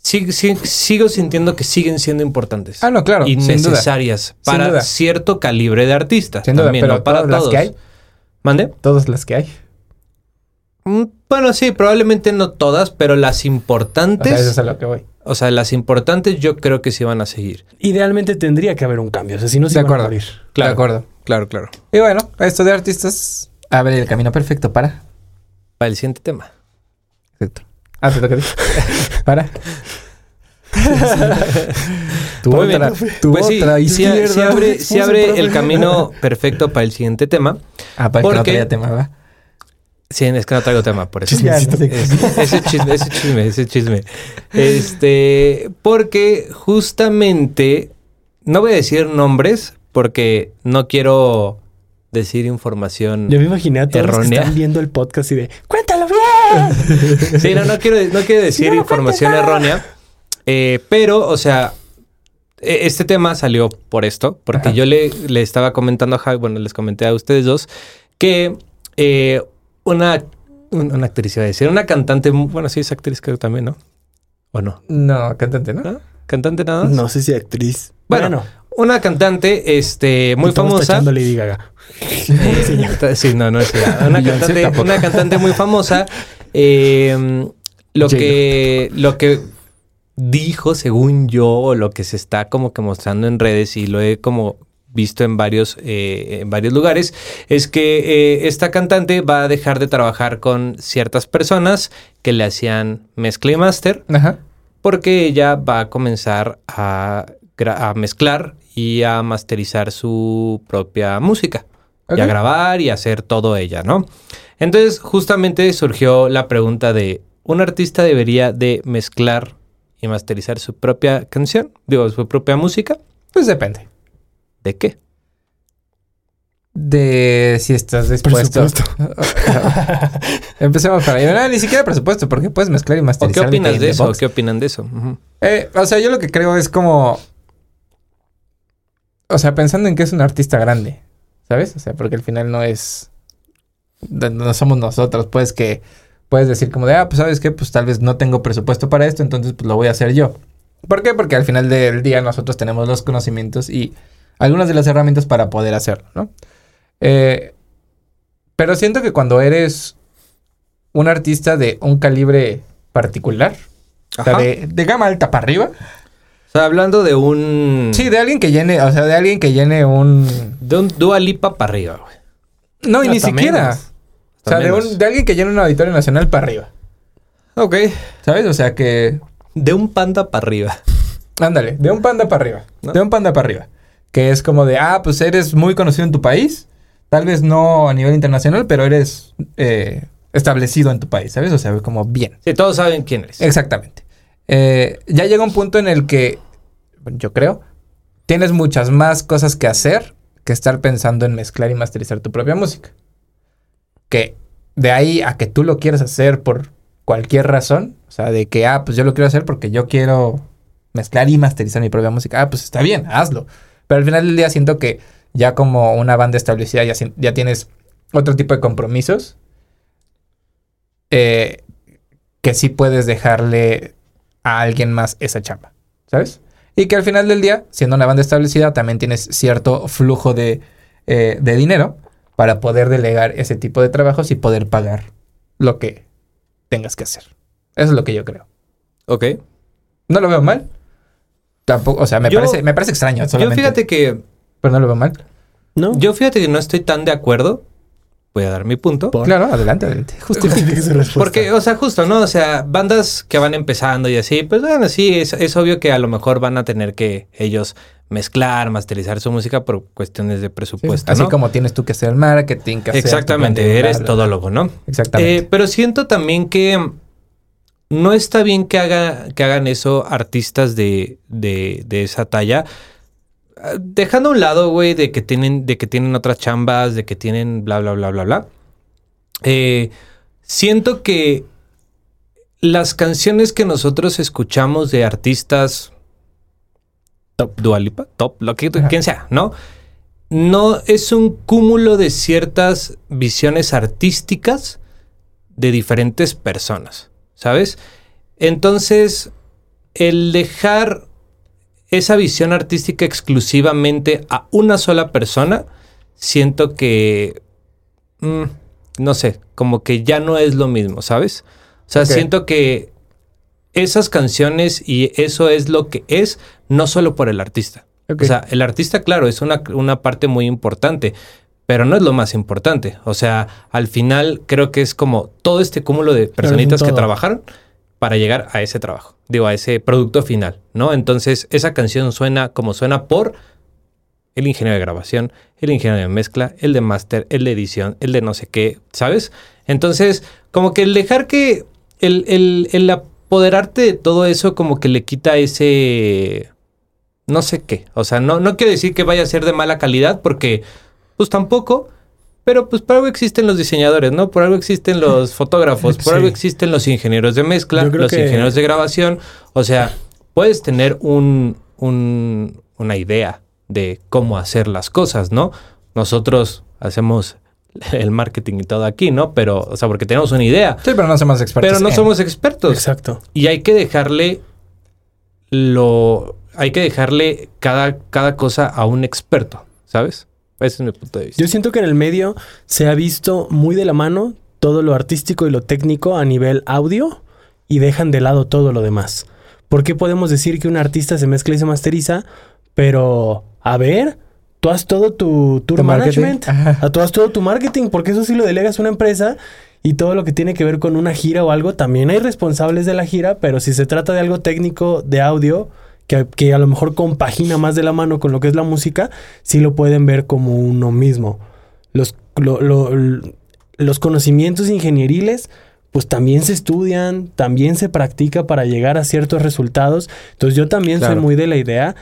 [SPEAKER 1] sí- sí- sigo sintiendo que siguen siendo importantes.
[SPEAKER 2] Ah, no, claro.
[SPEAKER 1] y
[SPEAKER 2] sin duda.
[SPEAKER 1] necesarias
[SPEAKER 2] Sin
[SPEAKER 1] para
[SPEAKER 2] duda.
[SPEAKER 1] cierto calibre de artistas.
[SPEAKER 2] Sin duda,
[SPEAKER 1] también,
[SPEAKER 2] pero
[SPEAKER 1] no para
[SPEAKER 2] todas las
[SPEAKER 1] todos.
[SPEAKER 2] que hay.
[SPEAKER 1] ¿Mande?
[SPEAKER 2] Todas las que hay.
[SPEAKER 1] Mm, Bueno, sí, probablemente no todas, pero las
[SPEAKER 2] O sea, eso es
[SPEAKER 1] importantes,
[SPEAKER 2] a lo que voy.
[SPEAKER 1] o sea, las importantes yo creo que sí van a seguir.
[SPEAKER 3] Idealmente tendría que haber un cambio, o sea, si no se
[SPEAKER 2] De
[SPEAKER 3] iban a
[SPEAKER 2] acuerdo.
[SPEAKER 3] morir.
[SPEAKER 1] Claro.
[SPEAKER 2] De acuerdo.
[SPEAKER 1] Claro, claro.
[SPEAKER 2] Y bueno, esto de artistas abre el camino perfecto para.
[SPEAKER 1] Para el siguiente tema.
[SPEAKER 2] Exacto. Ah, te toca a ti. para. tu
[SPEAKER 1] Muy bien.
[SPEAKER 2] otra, tu
[SPEAKER 1] Pues sí,
[SPEAKER 2] otra
[SPEAKER 1] sí, sí
[SPEAKER 2] izquierda.
[SPEAKER 1] abre, sí
[SPEAKER 2] Vamos a
[SPEAKER 1] abre
[SPEAKER 2] entrar
[SPEAKER 1] el
[SPEAKER 2] de-
[SPEAKER 1] camino perfecto para el siguiente tema.
[SPEAKER 2] Ah, para que no
[SPEAKER 1] Porque-
[SPEAKER 2] traía tema, ¿va?
[SPEAKER 1] Sí, es que no traigo tema, por eso.
[SPEAKER 2] Chismecito.
[SPEAKER 1] Es- Ese chisme, ese chisme, ese chisme. Este, porque justamente, no voy a decir nombres porque no quiero decir información.
[SPEAKER 3] Yo me imaginé a todos los que
[SPEAKER 1] Errónea.
[SPEAKER 3] están viendo el podcast y de ¡Cuéntalo bien!
[SPEAKER 1] Sí, no, no quiero, no quiero decir información errónea, eh, pero, o sea, e- este tema salió por esto, porque
[SPEAKER 2] Ajá.
[SPEAKER 1] yo le, le estaba comentando a Javi, bueno, les comenté a ustedes dos, que eh, una, un- una actriz iba a decir, una cantante, mu- bueno, sí, es actriz creo también, ¿no? ¿O no?
[SPEAKER 2] No, cantante, ¿no?
[SPEAKER 1] ¿No? ¿Cantante nada más?
[SPEAKER 3] ¿Ah? No sé si actriz.
[SPEAKER 1] Bueno, Una cantante este, muy
[SPEAKER 3] estamos
[SPEAKER 1] famosa.
[SPEAKER 3] tachando a Lady Gaga.
[SPEAKER 1] Eh, ta- sí, no, no es cierto. Una,
[SPEAKER 2] Beyoncé
[SPEAKER 1] cantante,
[SPEAKER 2] tampoco.
[SPEAKER 1] una cantante muy famosa. eh, lo, que, lo que dijo, según yo, o lo que se está como que mostrando en redes y lo he como visto en varios, eh, en varios lugares, es que eh, esta cantante va a dejar de trabajar con ciertas personas que le hacían mezcla y máster
[SPEAKER 2] Ajá.
[SPEAKER 1] porque ella va a comenzar a, gra- a mezclar y a masterizar su propia música. y a
[SPEAKER 2] Ok.
[SPEAKER 1] grabar y a hacer todo ella, ¿no? Entonces, justamente surgió la pregunta de, ¿un artista debería de mezclar y masterizar su propia canción? Digo, su propia música.
[SPEAKER 2] Pues depende.
[SPEAKER 1] ¿De qué?
[SPEAKER 2] De si estás dispuesto. Empecemos para ahí. No, ni siquiera presupuesto, porque puedes mezclar y
[SPEAKER 1] ¿O qué
[SPEAKER 2] masterizar.
[SPEAKER 1] opinas
[SPEAKER 2] en
[SPEAKER 1] de
[SPEAKER 2] The
[SPEAKER 1] eso?
[SPEAKER 2] Box.
[SPEAKER 1] ¿Qué opinan de eso? Ujú.
[SPEAKER 2] Eh, o sea, yo lo que creo es como. O sea, pensando en que es un artista grande, ¿sabes? O sea, porque al final no es. No no somos nosotros, pues que puedes decir como de, ah, pues sabes qué, pues tal vez no tengo presupuesto para esto, entonces pues lo voy a hacer yo. ¿Por qué? Porque al final del día nosotros tenemos los conocimientos y algunas de las herramientas para poder hacerlo, ¿no? Eh, pero siento que cuando eres un artista de un calibre particular, o sea,
[SPEAKER 1] Ajá.
[SPEAKER 2] de, de gama alta para arriba.
[SPEAKER 1] O sea, hablando de un...
[SPEAKER 2] Sí, de alguien que llene, o sea, de alguien que llene un...
[SPEAKER 1] De un Dua Lipa para arriba, güey.
[SPEAKER 2] No, y ni
[SPEAKER 3] Hasta
[SPEAKER 2] siquiera.
[SPEAKER 3] menos.
[SPEAKER 2] O sea, de,
[SPEAKER 1] Menos.
[SPEAKER 2] un- de alguien que llene un auditorio nacional para arriba.
[SPEAKER 1] Ok.
[SPEAKER 2] ¿Sabes? O sea que...
[SPEAKER 1] De un panda para arriba.
[SPEAKER 2] Ándale, de un panda para arriba.
[SPEAKER 1] ¿No?
[SPEAKER 2] De un panda para arriba. Que es como de, ah, pues eres muy conocido en tu país. Tal vez no a nivel internacional, pero eres eh, establecido en tu país, ¿sabes? O sea, como bien.
[SPEAKER 1] Sí, todos saben quién eres.
[SPEAKER 2] Exactamente. Eh, ya llega un punto en el que, yo creo, tienes muchas más cosas que hacer que estar pensando en mezclar y masterizar tu propia música. Que de ahí a que tú lo quieras hacer por cualquier razón, o sea, de que, ah, pues yo lo quiero hacer porque yo quiero mezclar y masterizar mi propia música, ah, pues está bien, hazlo. Pero al final del día siento que ya como una banda establecida ya, sien- ya tienes otro tipo de compromisos. Eh, que sí puedes dejarle a alguien más esa chamba, ¿sabes? Y que al final del día, siendo una banda establecida, también tienes cierto flujo de, eh, de dinero para poder delegar ese tipo de trabajos y poder pagar lo que tengas que hacer. Eso es lo que yo creo.
[SPEAKER 1] Ok.
[SPEAKER 2] No lo veo mal. Tampoco, o sea, me,
[SPEAKER 1] Yo-
[SPEAKER 2] parece, me parece extraño
[SPEAKER 1] Yo
[SPEAKER 2] solamente.
[SPEAKER 1] fíjate que...
[SPEAKER 2] Pero no lo veo mal.
[SPEAKER 3] ¿No?
[SPEAKER 1] Yo fíjate que no estoy tan de acuerdo. Voy a dar mi punto.
[SPEAKER 3] Por-
[SPEAKER 2] Claro, adelante, adelante.
[SPEAKER 3] Justifique su respuesta.
[SPEAKER 1] Porque, o sea, justo, ¿no? O sea, bandas que van empezando y así, pues bueno, sí, es, es obvio que a lo mejor van a tener que ellos mezclar, masterizar su música por cuestiones de presupuesto,
[SPEAKER 2] Así
[SPEAKER 1] ¿no?
[SPEAKER 2] como tienes tú que hacer el marketing, que hacer tu plan
[SPEAKER 1] Exactamente,
[SPEAKER 2] de-
[SPEAKER 1] eres
[SPEAKER 2] bla, bla, bla.
[SPEAKER 1] todólogo, ¿no?
[SPEAKER 2] Exactamente.
[SPEAKER 1] Eh, pero siento también que no está bien que, haga, que hagan eso artistas de, de- de esa talla. Ah, Dejando a un lado, güey, de que tienen, de que tienen otras chambas, de que tienen bla bla bla bla bla. Eh, siento que las canciones que nosotros escuchamos de artistas top Dualipa, top, lo que
[SPEAKER 2] Ajá.
[SPEAKER 1] quien sea, ¿no? No es un cúmulo de ciertas visiones artísticas de diferentes personas, ¿sabes? Entonces, el dejar esa visión artística exclusivamente a una sola persona, siento que, mm, no sé, como que ya no es lo mismo, ¿sabes? O sea,
[SPEAKER 2] Ok.
[SPEAKER 1] siento que esas canciones y eso es lo que es, no solo por el artista.
[SPEAKER 2] Ok.
[SPEAKER 1] O sea, el artista, claro, es una, una parte muy importante, pero no es lo más importante. O sea, al final creo que es como todo este cúmulo de personitas que
[SPEAKER 3] todo.
[SPEAKER 1] trabajaron para llegar a ese trabajo, digo, a ese producto final, ¿no? Entonces, esa canción suena como suena por el ingeniero de grabación, el ingeniero de mezcla, el de máster, el de edición, el de no sé qué, ¿sabes? Entonces, como que el dejar que el, el- el apoderarte de todo eso como que le quita ese no sé qué. O sea, no, no quiero decir que vaya a ser de mala calidad porque pues tampoco, pero pues por algo existen los diseñadores, ¿no? Por algo existen los fotógrafos, por
[SPEAKER 3] Sí.
[SPEAKER 1] algo existen los ingenieros de mezcla,
[SPEAKER 3] Yo creo
[SPEAKER 1] los
[SPEAKER 3] que-
[SPEAKER 1] ingenieros de grabación. O sea, puedes tener un, un- una idea de cómo hacer las cosas, ¿no? Nosotros hacemos el marketing y todo aquí, ¿no? Pero, o sea, porque tenemos una idea.
[SPEAKER 2] sí, pero no somos expertos.
[SPEAKER 1] Pero no
[SPEAKER 2] en-
[SPEAKER 1] somos expertos.
[SPEAKER 3] Exacto.
[SPEAKER 1] Y hay que dejarle lo. Hay que dejarle cada, cada cosa a un experto, ¿sabes? Ese es mi punto de vista.
[SPEAKER 3] Yo siento que en el medio se ha visto muy de la mano todo lo artístico y lo técnico a nivel audio y dejan de lado todo lo demás. ¿Por qué podemos decir que un artista se mezcla y se masteriza? Pero, a ver, tú has todo tu tour
[SPEAKER 2] Tu marketing.
[SPEAKER 3] management,
[SPEAKER 2] Ajá.
[SPEAKER 3] a- tú has todo tu marketing, porque eso sí lo delegas a una empresa y todo lo que tiene que ver con una gira o algo, también hay responsables de la gira, pero si se trata de algo técnico de audio, que, que a lo mejor compagina más de la mano con lo que es la música, sí lo pueden ver como uno mismo. los, lo- lo- los conocimientos ingenieriles pues también se estudian, también se practica para llegar a ciertos resultados. Entonces yo también
[SPEAKER 2] Claro.
[SPEAKER 3] soy muy de la idea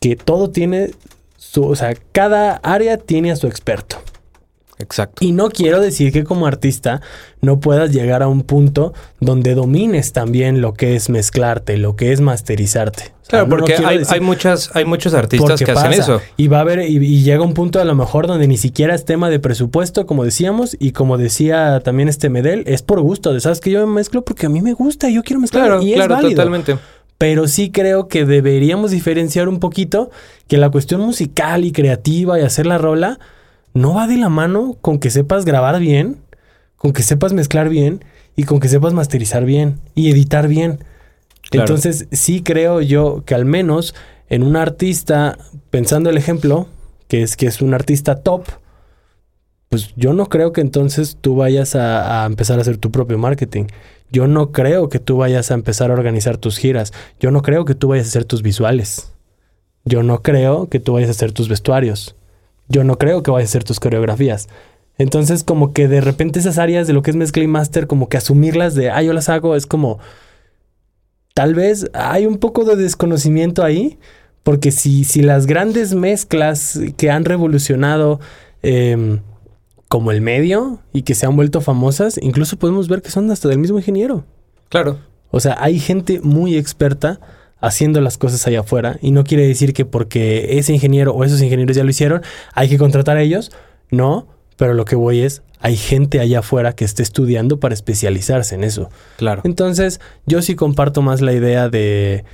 [SPEAKER 3] que todo tiene su, o sea, cada área tiene a su experto.
[SPEAKER 1] Exacto.
[SPEAKER 3] Y no quiero decir que como artista no puedas llegar a un punto donde domines también lo que es mezclarte, lo que es masterizarte. O sea,
[SPEAKER 1] Claro,
[SPEAKER 3] no- no
[SPEAKER 1] porque
[SPEAKER 3] quiero
[SPEAKER 1] hay,
[SPEAKER 3] decir-
[SPEAKER 1] hay muchas, hay muchos artistas
[SPEAKER 3] porque
[SPEAKER 1] que hacen
[SPEAKER 3] pasa.
[SPEAKER 1] eso.
[SPEAKER 3] Y va a haber, y, y llega un punto a lo mejor donde ni siquiera es tema de presupuesto, como decíamos, y como decía también este Medel, es por gusto. de, Sabes que yo me mezclo porque a mí me gusta, y yo quiero mezclar
[SPEAKER 1] Claro,
[SPEAKER 3] y es
[SPEAKER 1] claro,
[SPEAKER 3] válido.
[SPEAKER 1] totalmente.
[SPEAKER 3] Pero sí creo que deberíamos diferenciar un poquito que la cuestión musical y creativa y hacer la rola no va de la mano con que sepas grabar bien, con que sepas mezclar bien y con que sepas masterizar bien y editar bien.
[SPEAKER 1] Claro.
[SPEAKER 3] Entonces sí creo yo que al menos en un artista, pensando el ejemplo, que es que es un artista top, pues yo no creo que entonces tú vayas a, a empezar a hacer tu propio marketing. Yo no creo que tú vayas a empezar a organizar tus giras. Yo no creo que tú vayas a hacer tus visuales. Yo no creo que tú vayas a hacer tus vestuarios. Yo no creo que vayas a hacer tus coreografías. Entonces, como que de repente esas áreas de lo que es mezcla y master, como que asumirlas de, ah, yo las hago, es como, tal vez hay un poco de desconocimiento ahí, porque si, si las grandes mezclas que han revolucionado em, como el medio y que se han vuelto famosas, incluso podemos ver que son hasta del mismo ingeniero.
[SPEAKER 1] Claro.
[SPEAKER 3] O sea, hay gente muy experta haciendo las cosas allá afuera y no quiere decir que porque ese ingeniero o esos ingenieros ya lo hicieron, hay que contratar a ellos. No, pero lo que voy es, hay gente allá afuera que esté estudiando para especializarse en eso.
[SPEAKER 1] Claro.
[SPEAKER 3] Entonces, yo sí comparto más la idea de,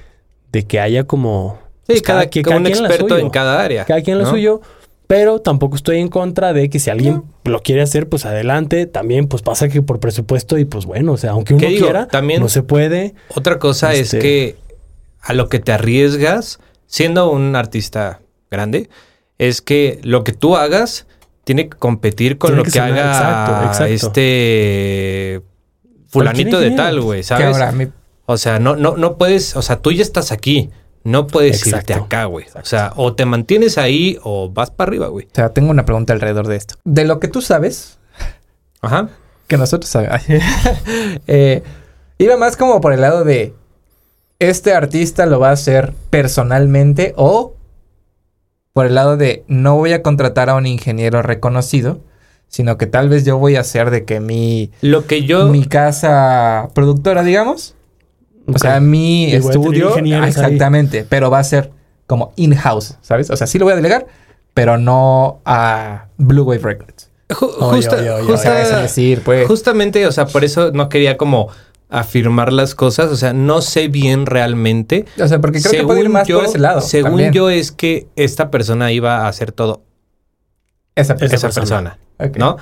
[SPEAKER 3] de que haya como...
[SPEAKER 1] Sí,
[SPEAKER 3] pues,
[SPEAKER 1] cada,
[SPEAKER 3] quien-
[SPEAKER 1] cada un
[SPEAKER 3] quien la
[SPEAKER 1] experto
[SPEAKER 3] suyo.
[SPEAKER 1] en cada área.
[SPEAKER 3] Cada quien lo
[SPEAKER 1] ¿no?
[SPEAKER 3] suyo. Pero tampoco estoy en contra de que si alguien lo quiere hacer, pues adelante. También, pues pasa que por presupuesto y pues bueno, o sea, aunque uno
[SPEAKER 1] ¿Qué digo?
[SPEAKER 3] quiera,
[SPEAKER 1] También-
[SPEAKER 3] no se puede.
[SPEAKER 1] Otra cosa
[SPEAKER 3] Este-
[SPEAKER 1] es que a lo que te arriesgas, siendo un artista grande, es que lo que tú hagas tiene que competir con
[SPEAKER 3] Tiene
[SPEAKER 1] lo
[SPEAKER 3] que
[SPEAKER 1] que,
[SPEAKER 3] sonar,
[SPEAKER 1] haga
[SPEAKER 3] exacto, exacto.
[SPEAKER 1] este fulanito de
[SPEAKER 3] ingeniero.
[SPEAKER 1] tal, güey,
[SPEAKER 2] Que
[SPEAKER 1] ¿sabes?
[SPEAKER 2] ahora mi-
[SPEAKER 1] O sea, no, no, no puedes, o sea, tú ya estás aquí. No puedes irte
[SPEAKER 3] Exacto.
[SPEAKER 1] acá, güey. O sea, o te mantienes ahí o vas para arriba, güey.
[SPEAKER 2] o sea, tengo una pregunta alrededor de esto. De lo que tú sabes,
[SPEAKER 1] Ajá.
[SPEAKER 2] que nosotros sabemos, eh, iba más como por el lado de este artista lo va a hacer personalmente o por el lado de no voy a contratar a un ingeniero reconocido, sino que tal vez yo voy a hacer de que mi,
[SPEAKER 1] Lo que yo.
[SPEAKER 2] mi casa productora, digamos, o sea, mi
[SPEAKER 3] Y voy a tener
[SPEAKER 2] estudio,
[SPEAKER 3] ingenieros
[SPEAKER 2] ah,
[SPEAKER 3] ahí.
[SPEAKER 2] exactamente, pero va a ser como in-house, ¿sabes? O sea, sí lo voy a delegar, pero no a Blue Wave Records.
[SPEAKER 1] Ju-
[SPEAKER 3] Oye,
[SPEAKER 1] justa-
[SPEAKER 3] oye, oye,
[SPEAKER 2] O sea,
[SPEAKER 1] justa-
[SPEAKER 2] eso es decir, pues.
[SPEAKER 1] Justamente, o sea, por eso no quería como afirmar las cosas, o sea, no sé bien realmente.
[SPEAKER 2] O sea, porque creo que puede ir más por ese lado.
[SPEAKER 1] según
[SPEAKER 2] también.
[SPEAKER 1] yo es que esta persona iba a hacer todo
[SPEAKER 2] Esa,
[SPEAKER 3] Esa
[SPEAKER 1] esa persona,
[SPEAKER 3] persona.
[SPEAKER 2] Ok.
[SPEAKER 1] ¿no?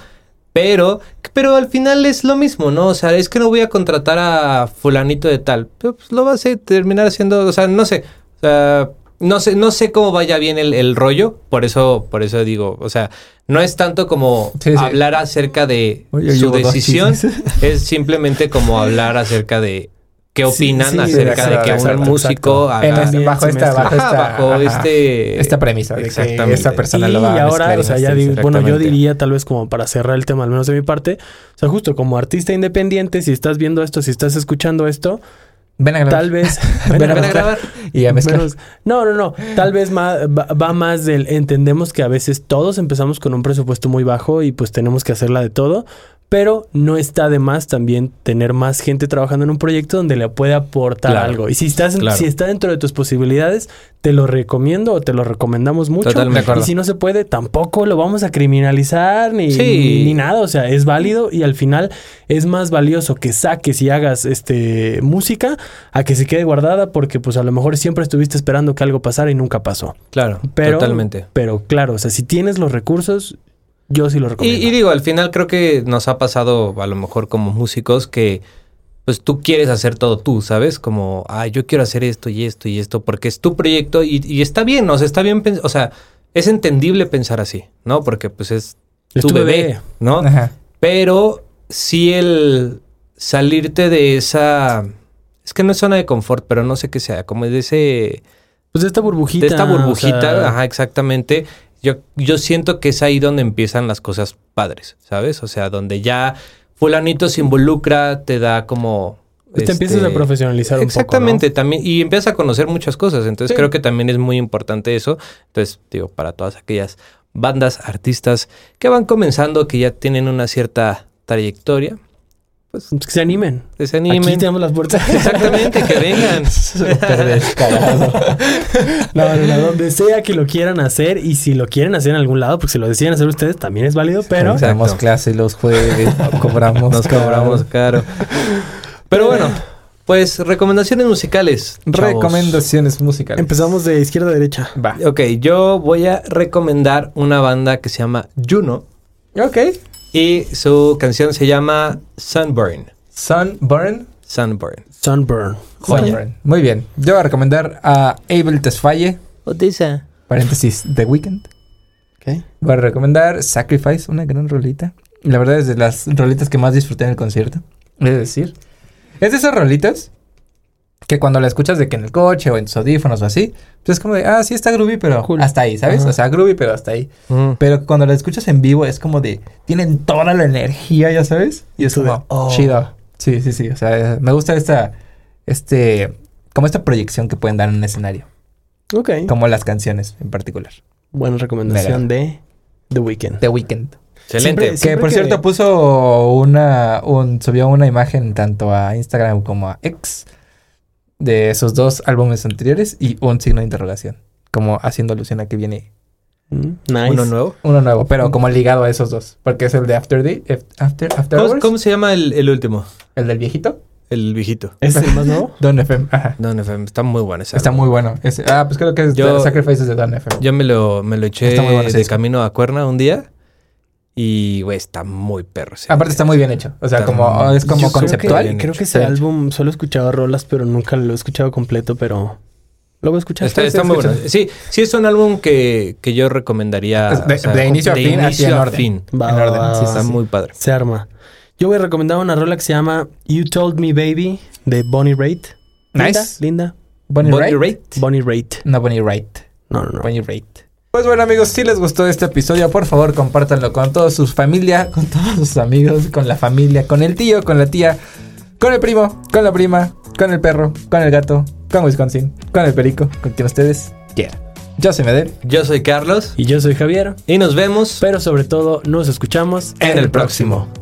[SPEAKER 1] Pero, pero al final es lo mismo, ¿no? O sea, es que no voy a contratar a fulanito de tal. Pero, pues, lo vas a terminar haciendo, o sea, no sé. O sea, no sé, no sé cómo vaya bien el, el rollo. Por eso, por eso digo, o sea, no es tanto como
[SPEAKER 2] Sí, sí.
[SPEAKER 1] hablar acerca de
[SPEAKER 2] Oye, yo
[SPEAKER 1] su
[SPEAKER 2] llevo dos
[SPEAKER 1] decisión.
[SPEAKER 2] chismes.
[SPEAKER 1] Es simplemente como hablar acerca de qué opinan
[SPEAKER 3] sí,
[SPEAKER 1] acerca de,
[SPEAKER 2] exacto,
[SPEAKER 1] que
[SPEAKER 2] exacto,
[SPEAKER 1] un músico
[SPEAKER 3] exacto.
[SPEAKER 2] En
[SPEAKER 1] haga.
[SPEAKER 2] este-
[SPEAKER 3] También
[SPEAKER 2] bajo
[SPEAKER 3] se
[SPEAKER 2] esta,
[SPEAKER 3] mezcla.
[SPEAKER 2] bajo
[SPEAKER 1] Ajá,
[SPEAKER 2] esta,
[SPEAKER 1] bajo
[SPEAKER 2] ajá,
[SPEAKER 1] este-
[SPEAKER 2] esta premisa de que
[SPEAKER 1] Exactamente.
[SPEAKER 2] esta persona
[SPEAKER 3] y
[SPEAKER 2] lo va a
[SPEAKER 3] ahora,
[SPEAKER 2] mezclar y
[SPEAKER 3] o sea, ya
[SPEAKER 2] masterizar.
[SPEAKER 3] digo, bueno, yo
[SPEAKER 2] Exactamente.
[SPEAKER 3] diría tal vez como para cerrar el tema, al menos de mi parte, o sea, justo como artista independiente, si estás viendo esto, si estás escuchando esto,
[SPEAKER 2] Ven a grabar.
[SPEAKER 3] tal vez...
[SPEAKER 2] Ven a
[SPEAKER 1] Ven a grabar.
[SPEAKER 2] y a mezclar.
[SPEAKER 3] Menos- no, no, no. Tal vez ma- va, va más del. Entendemos que a veces todos empezamos con un presupuesto muy bajo y pues tenemos que hacerla de todo. Pero no está de más también tener más gente trabajando en un proyecto donde le puede aportar
[SPEAKER 1] Claro.
[SPEAKER 3] algo. Y si estás en-
[SPEAKER 1] Claro.
[SPEAKER 3] si está dentro de tus posibilidades, te lo recomiendo o te lo recomendamos mucho.
[SPEAKER 1] Totalmente.
[SPEAKER 2] De acuerdo.
[SPEAKER 3] Y si no se puede, tampoco lo vamos a criminalizar ni,
[SPEAKER 1] Sí.
[SPEAKER 3] ni nada. O sea, es válido y al final es más valioso que saques y hagas este música a que se quede guardada porque pues a lo mejor siempre estuviste esperando que algo pasara y nunca pasó.
[SPEAKER 1] Claro,
[SPEAKER 3] Pero,
[SPEAKER 1] totalmente.
[SPEAKER 3] Pero claro, o sea, si tienes los recursos, yo sí los recomiendo.
[SPEAKER 1] Y, y digo, al final creo que nos ha pasado a lo mejor como músicos que pues tú quieres hacer todo tú, ¿sabes? Como, ah, yo quiero hacer esto y esto y esto porque es tu proyecto y, y está bien, o sea, está bien, pens- o sea, es entendible pensar así, ¿no? Porque pues es
[SPEAKER 3] Es
[SPEAKER 1] tu
[SPEAKER 3] tu
[SPEAKER 1] bebé,
[SPEAKER 3] bebé.
[SPEAKER 1] ¿no?
[SPEAKER 2] Ajá.
[SPEAKER 1] Pero sí el salirte de esa... Es que no es zona de confort, pero no sé qué sea, como de ese
[SPEAKER 3] pues de esta burbujita.
[SPEAKER 1] de esta burbujita,
[SPEAKER 3] o sea,
[SPEAKER 1] ajá, exactamente. Yo, yo siento que es ahí donde empiezan las cosas padres, ¿sabes? O sea, donde ya fulanito se involucra, te da como...
[SPEAKER 3] Te empiezas
[SPEAKER 1] este,
[SPEAKER 3] a profesionalizar un poco, ¿no?
[SPEAKER 1] Exactamente, también, y empiezas a conocer muchas cosas, entonces
[SPEAKER 2] Sí.
[SPEAKER 1] creo que también es muy importante eso. Entonces, digo, para todas aquellas bandas, artistas que van comenzando, que ya tienen una cierta trayectoria,
[SPEAKER 3] Pues que se animen.
[SPEAKER 1] que se animen.
[SPEAKER 3] Aquí tenemos las puertas.
[SPEAKER 1] Exactamente, que vengan.
[SPEAKER 2] Súper descarado.
[SPEAKER 3] No, no, no, donde sea que lo quieran hacer y si lo quieren hacer en algún lado, porque si lo deciden hacer ustedes también es válido, pero
[SPEAKER 1] Exacto.
[SPEAKER 2] Damos clase los jueves, cobramos.
[SPEAKER 1] Nos cobramos caro. Pero bueno, pues recomendaciones musicales. chavos.
[SPEAKER 2] Recomendaciones musicales.
[SPEAKER 3] empezamos de izquierda a derecha.
[SPEAKER 2] Va.
[SPEAKER 1] Ok, yo voy a recomendar una banda que se llama Juno
[SPEAKER 2] Ok.
[SPEAKER 1] y su canción se llama Sunburn.
[SPEAKER 2] Sunburn.
[SPEAKER 1] Sunburn.
[SPEAKER 3] Sunburn.
[SPEAKER 2] Sunburn. Muy bien. Yo voy a recomendar a Abel Tesfaye. Paréntesis. The Weeknd.
[SPEAKER 3] Ok.
[SPEAKER 2] Voy a recomendar Sacrifice, una gran rolita. La verdad es de las rolitas que más disfruté en el concierto. Es decir, es de esas rolitas que cuando la escuchas de que en el coche o en tus audífonos o así, pues es como de, ah, sí está groovy, pero
[SPEAKER 3] Cool.
[SPEAKER 2] hasta ahí, ¿sabes?
[SPEAKER 3] Ajá.
[SPEAKER 2] O sea, groovy, pero hasta ahí.
[SPEAKER 1] Mm.
[SPEAKER 2] Pero cuando la escuchas en vivo es como de, tienen toda la energía, ya sabes. Y es
[SPEAKER 3] Tú de,
[SPEAKER 2] como,
[SPEAKER 3] "Oh".
[SPEAKER 2] chido. Sí, sí, sí. O sea, me gusta esta, este, como esta proyección que pueden dar en un escenario.
[SPEAKER 3] Ok.
[SPEAKER 2] Como las canciones en particular.
[SPEAKER 3] Buena recomendación de The Weeknd.
[SPEAKER 2] The Weeknd.
[SPEAKER 1] Excelente.
[SPEAKER 3] Siempre-
[SPEAKER 2] Que por
[SPEAKER 3] que-
[SPEAKER 2] cierto puso una, un, subió una imagen tanto a Instagram como a X de esos dos álbumes anteriores y un signo de interrogación, como haciendo alusión a que viene
[SPEAKER 3] Mm, Nice.
[SPEAKER 1] Uno nuevo.
[SPEAKER 2] uno nuevo, pero como ligado a esos dos, porque es el de After Day, Ef- After, After
[SPEAKER 1] ¿Cómo,
[SPEAKER 2] Hours,
[SPEAKER 1] cómo se llama el, el último?
[SPEAKER 2] el del viejito,
[SPEAKER 1] El viejito.
[SPEAKER 3] Este ¿Es el más nuevo?
[SPEAKER 2] Don FM, ajá.
[SPEAKER 1] Don FM. Está muy bueno ese
[SPEAKER 2] Está
[SPEAKER 1] álbum.
[SPEAKER 2] muy bueno. ese- ah, pues creo que es
[SPEAKER 1] Yo-
[SPEAKER 2] de Sacrifices de Don FM.
[SPEAKER 1] Yo me lo, me lo eché
[SPEAKER 2] Está muy bueno ese
[SPEAKER 1] de
[SPEAKER 2] disco.
[SPEAKER 1] camino a Cuerna un día y, güey, está muy perro. ese
[SPEAKER 2] Aparte
[SPEAKER 1] álbum.
[SPEAKER 2] está muy bien hecho, o sea,
[SPEAKER 1] Está
[SPEAKER 2] como
[SPEAKER 1] muy-
[SPEAKER 2] es como
[SPEAKER 3] Yo creo
[SPEAKER 2] conceptual.
[SPEAKER 3] que- Creo que,
[SPEAKER 1] Bien hecho.
[SPEAKER 3] ese
[SPEAKER 2] Sí.
[SPEAKER 3] álbum solo he escuchado rolas, pero nunca lo he escuchado completo, pero lo voy a escuchar.
[SPEAKER 1] Está, está muy bueno. Sí, sí es un álbum que, que yo recomendaría.
[SPEAKER 2] Es de- de inicio a fin, así
[SPEAKER 1] inicio
[SPEAKER 2] en
[SPEAKER 1] a
[SPEAKER 2] orden.
[SPEAKER 1] fin.
[SPEAKER 3] Va,
[SPEAKER 2] En
[SPEAKER 3] va,
[SPEAKER 2] orden,
[SPEAKER 3] va,
[SPEAKER 2] sí,
[SPEAKER 3] va.
[SPEAKER 1] Está muy padre.
[SPEAKER 3] Se arma. Yo voy a recomendar una rola que se llama You Told Me Baby de Bonnie Raitt. Linda,
[SPEAKER 2] Nice.
[SPEAKER 3] Linda.
[SPEAKER 2] Bonnie
[SPEAKER 1] Bonnie
[SPEAKER 2] Raitt.
[SPEAKER 1] Raitt.
[SPEAKER 3] Bonnie Raitt.
[SPEAKER 2] No, Bonnie Wright.
[SPEAKER 3] No, no, no.
[SPEAKER 2] Bonnie Raitt. Pues bueno amigos, si les gustó este episodio, por favor compártanlo con toda su familia, con todos sus amigos, con la familia, con el tío, con la tía, con el primo, con la prima, con el perro, con el gato, con Wisconsin, con el perico, con quien ustedes quieran. Yo soy Medel.
[SPEAKER 1] Yo soy Carlos
[SPEAKER 3] Y yo soy Javier,
[SPEAKER 1] y nos vemos
[SPEAKER 3] pero sobre todo nos escuchamos
[SPEAKER 1] en el próximo.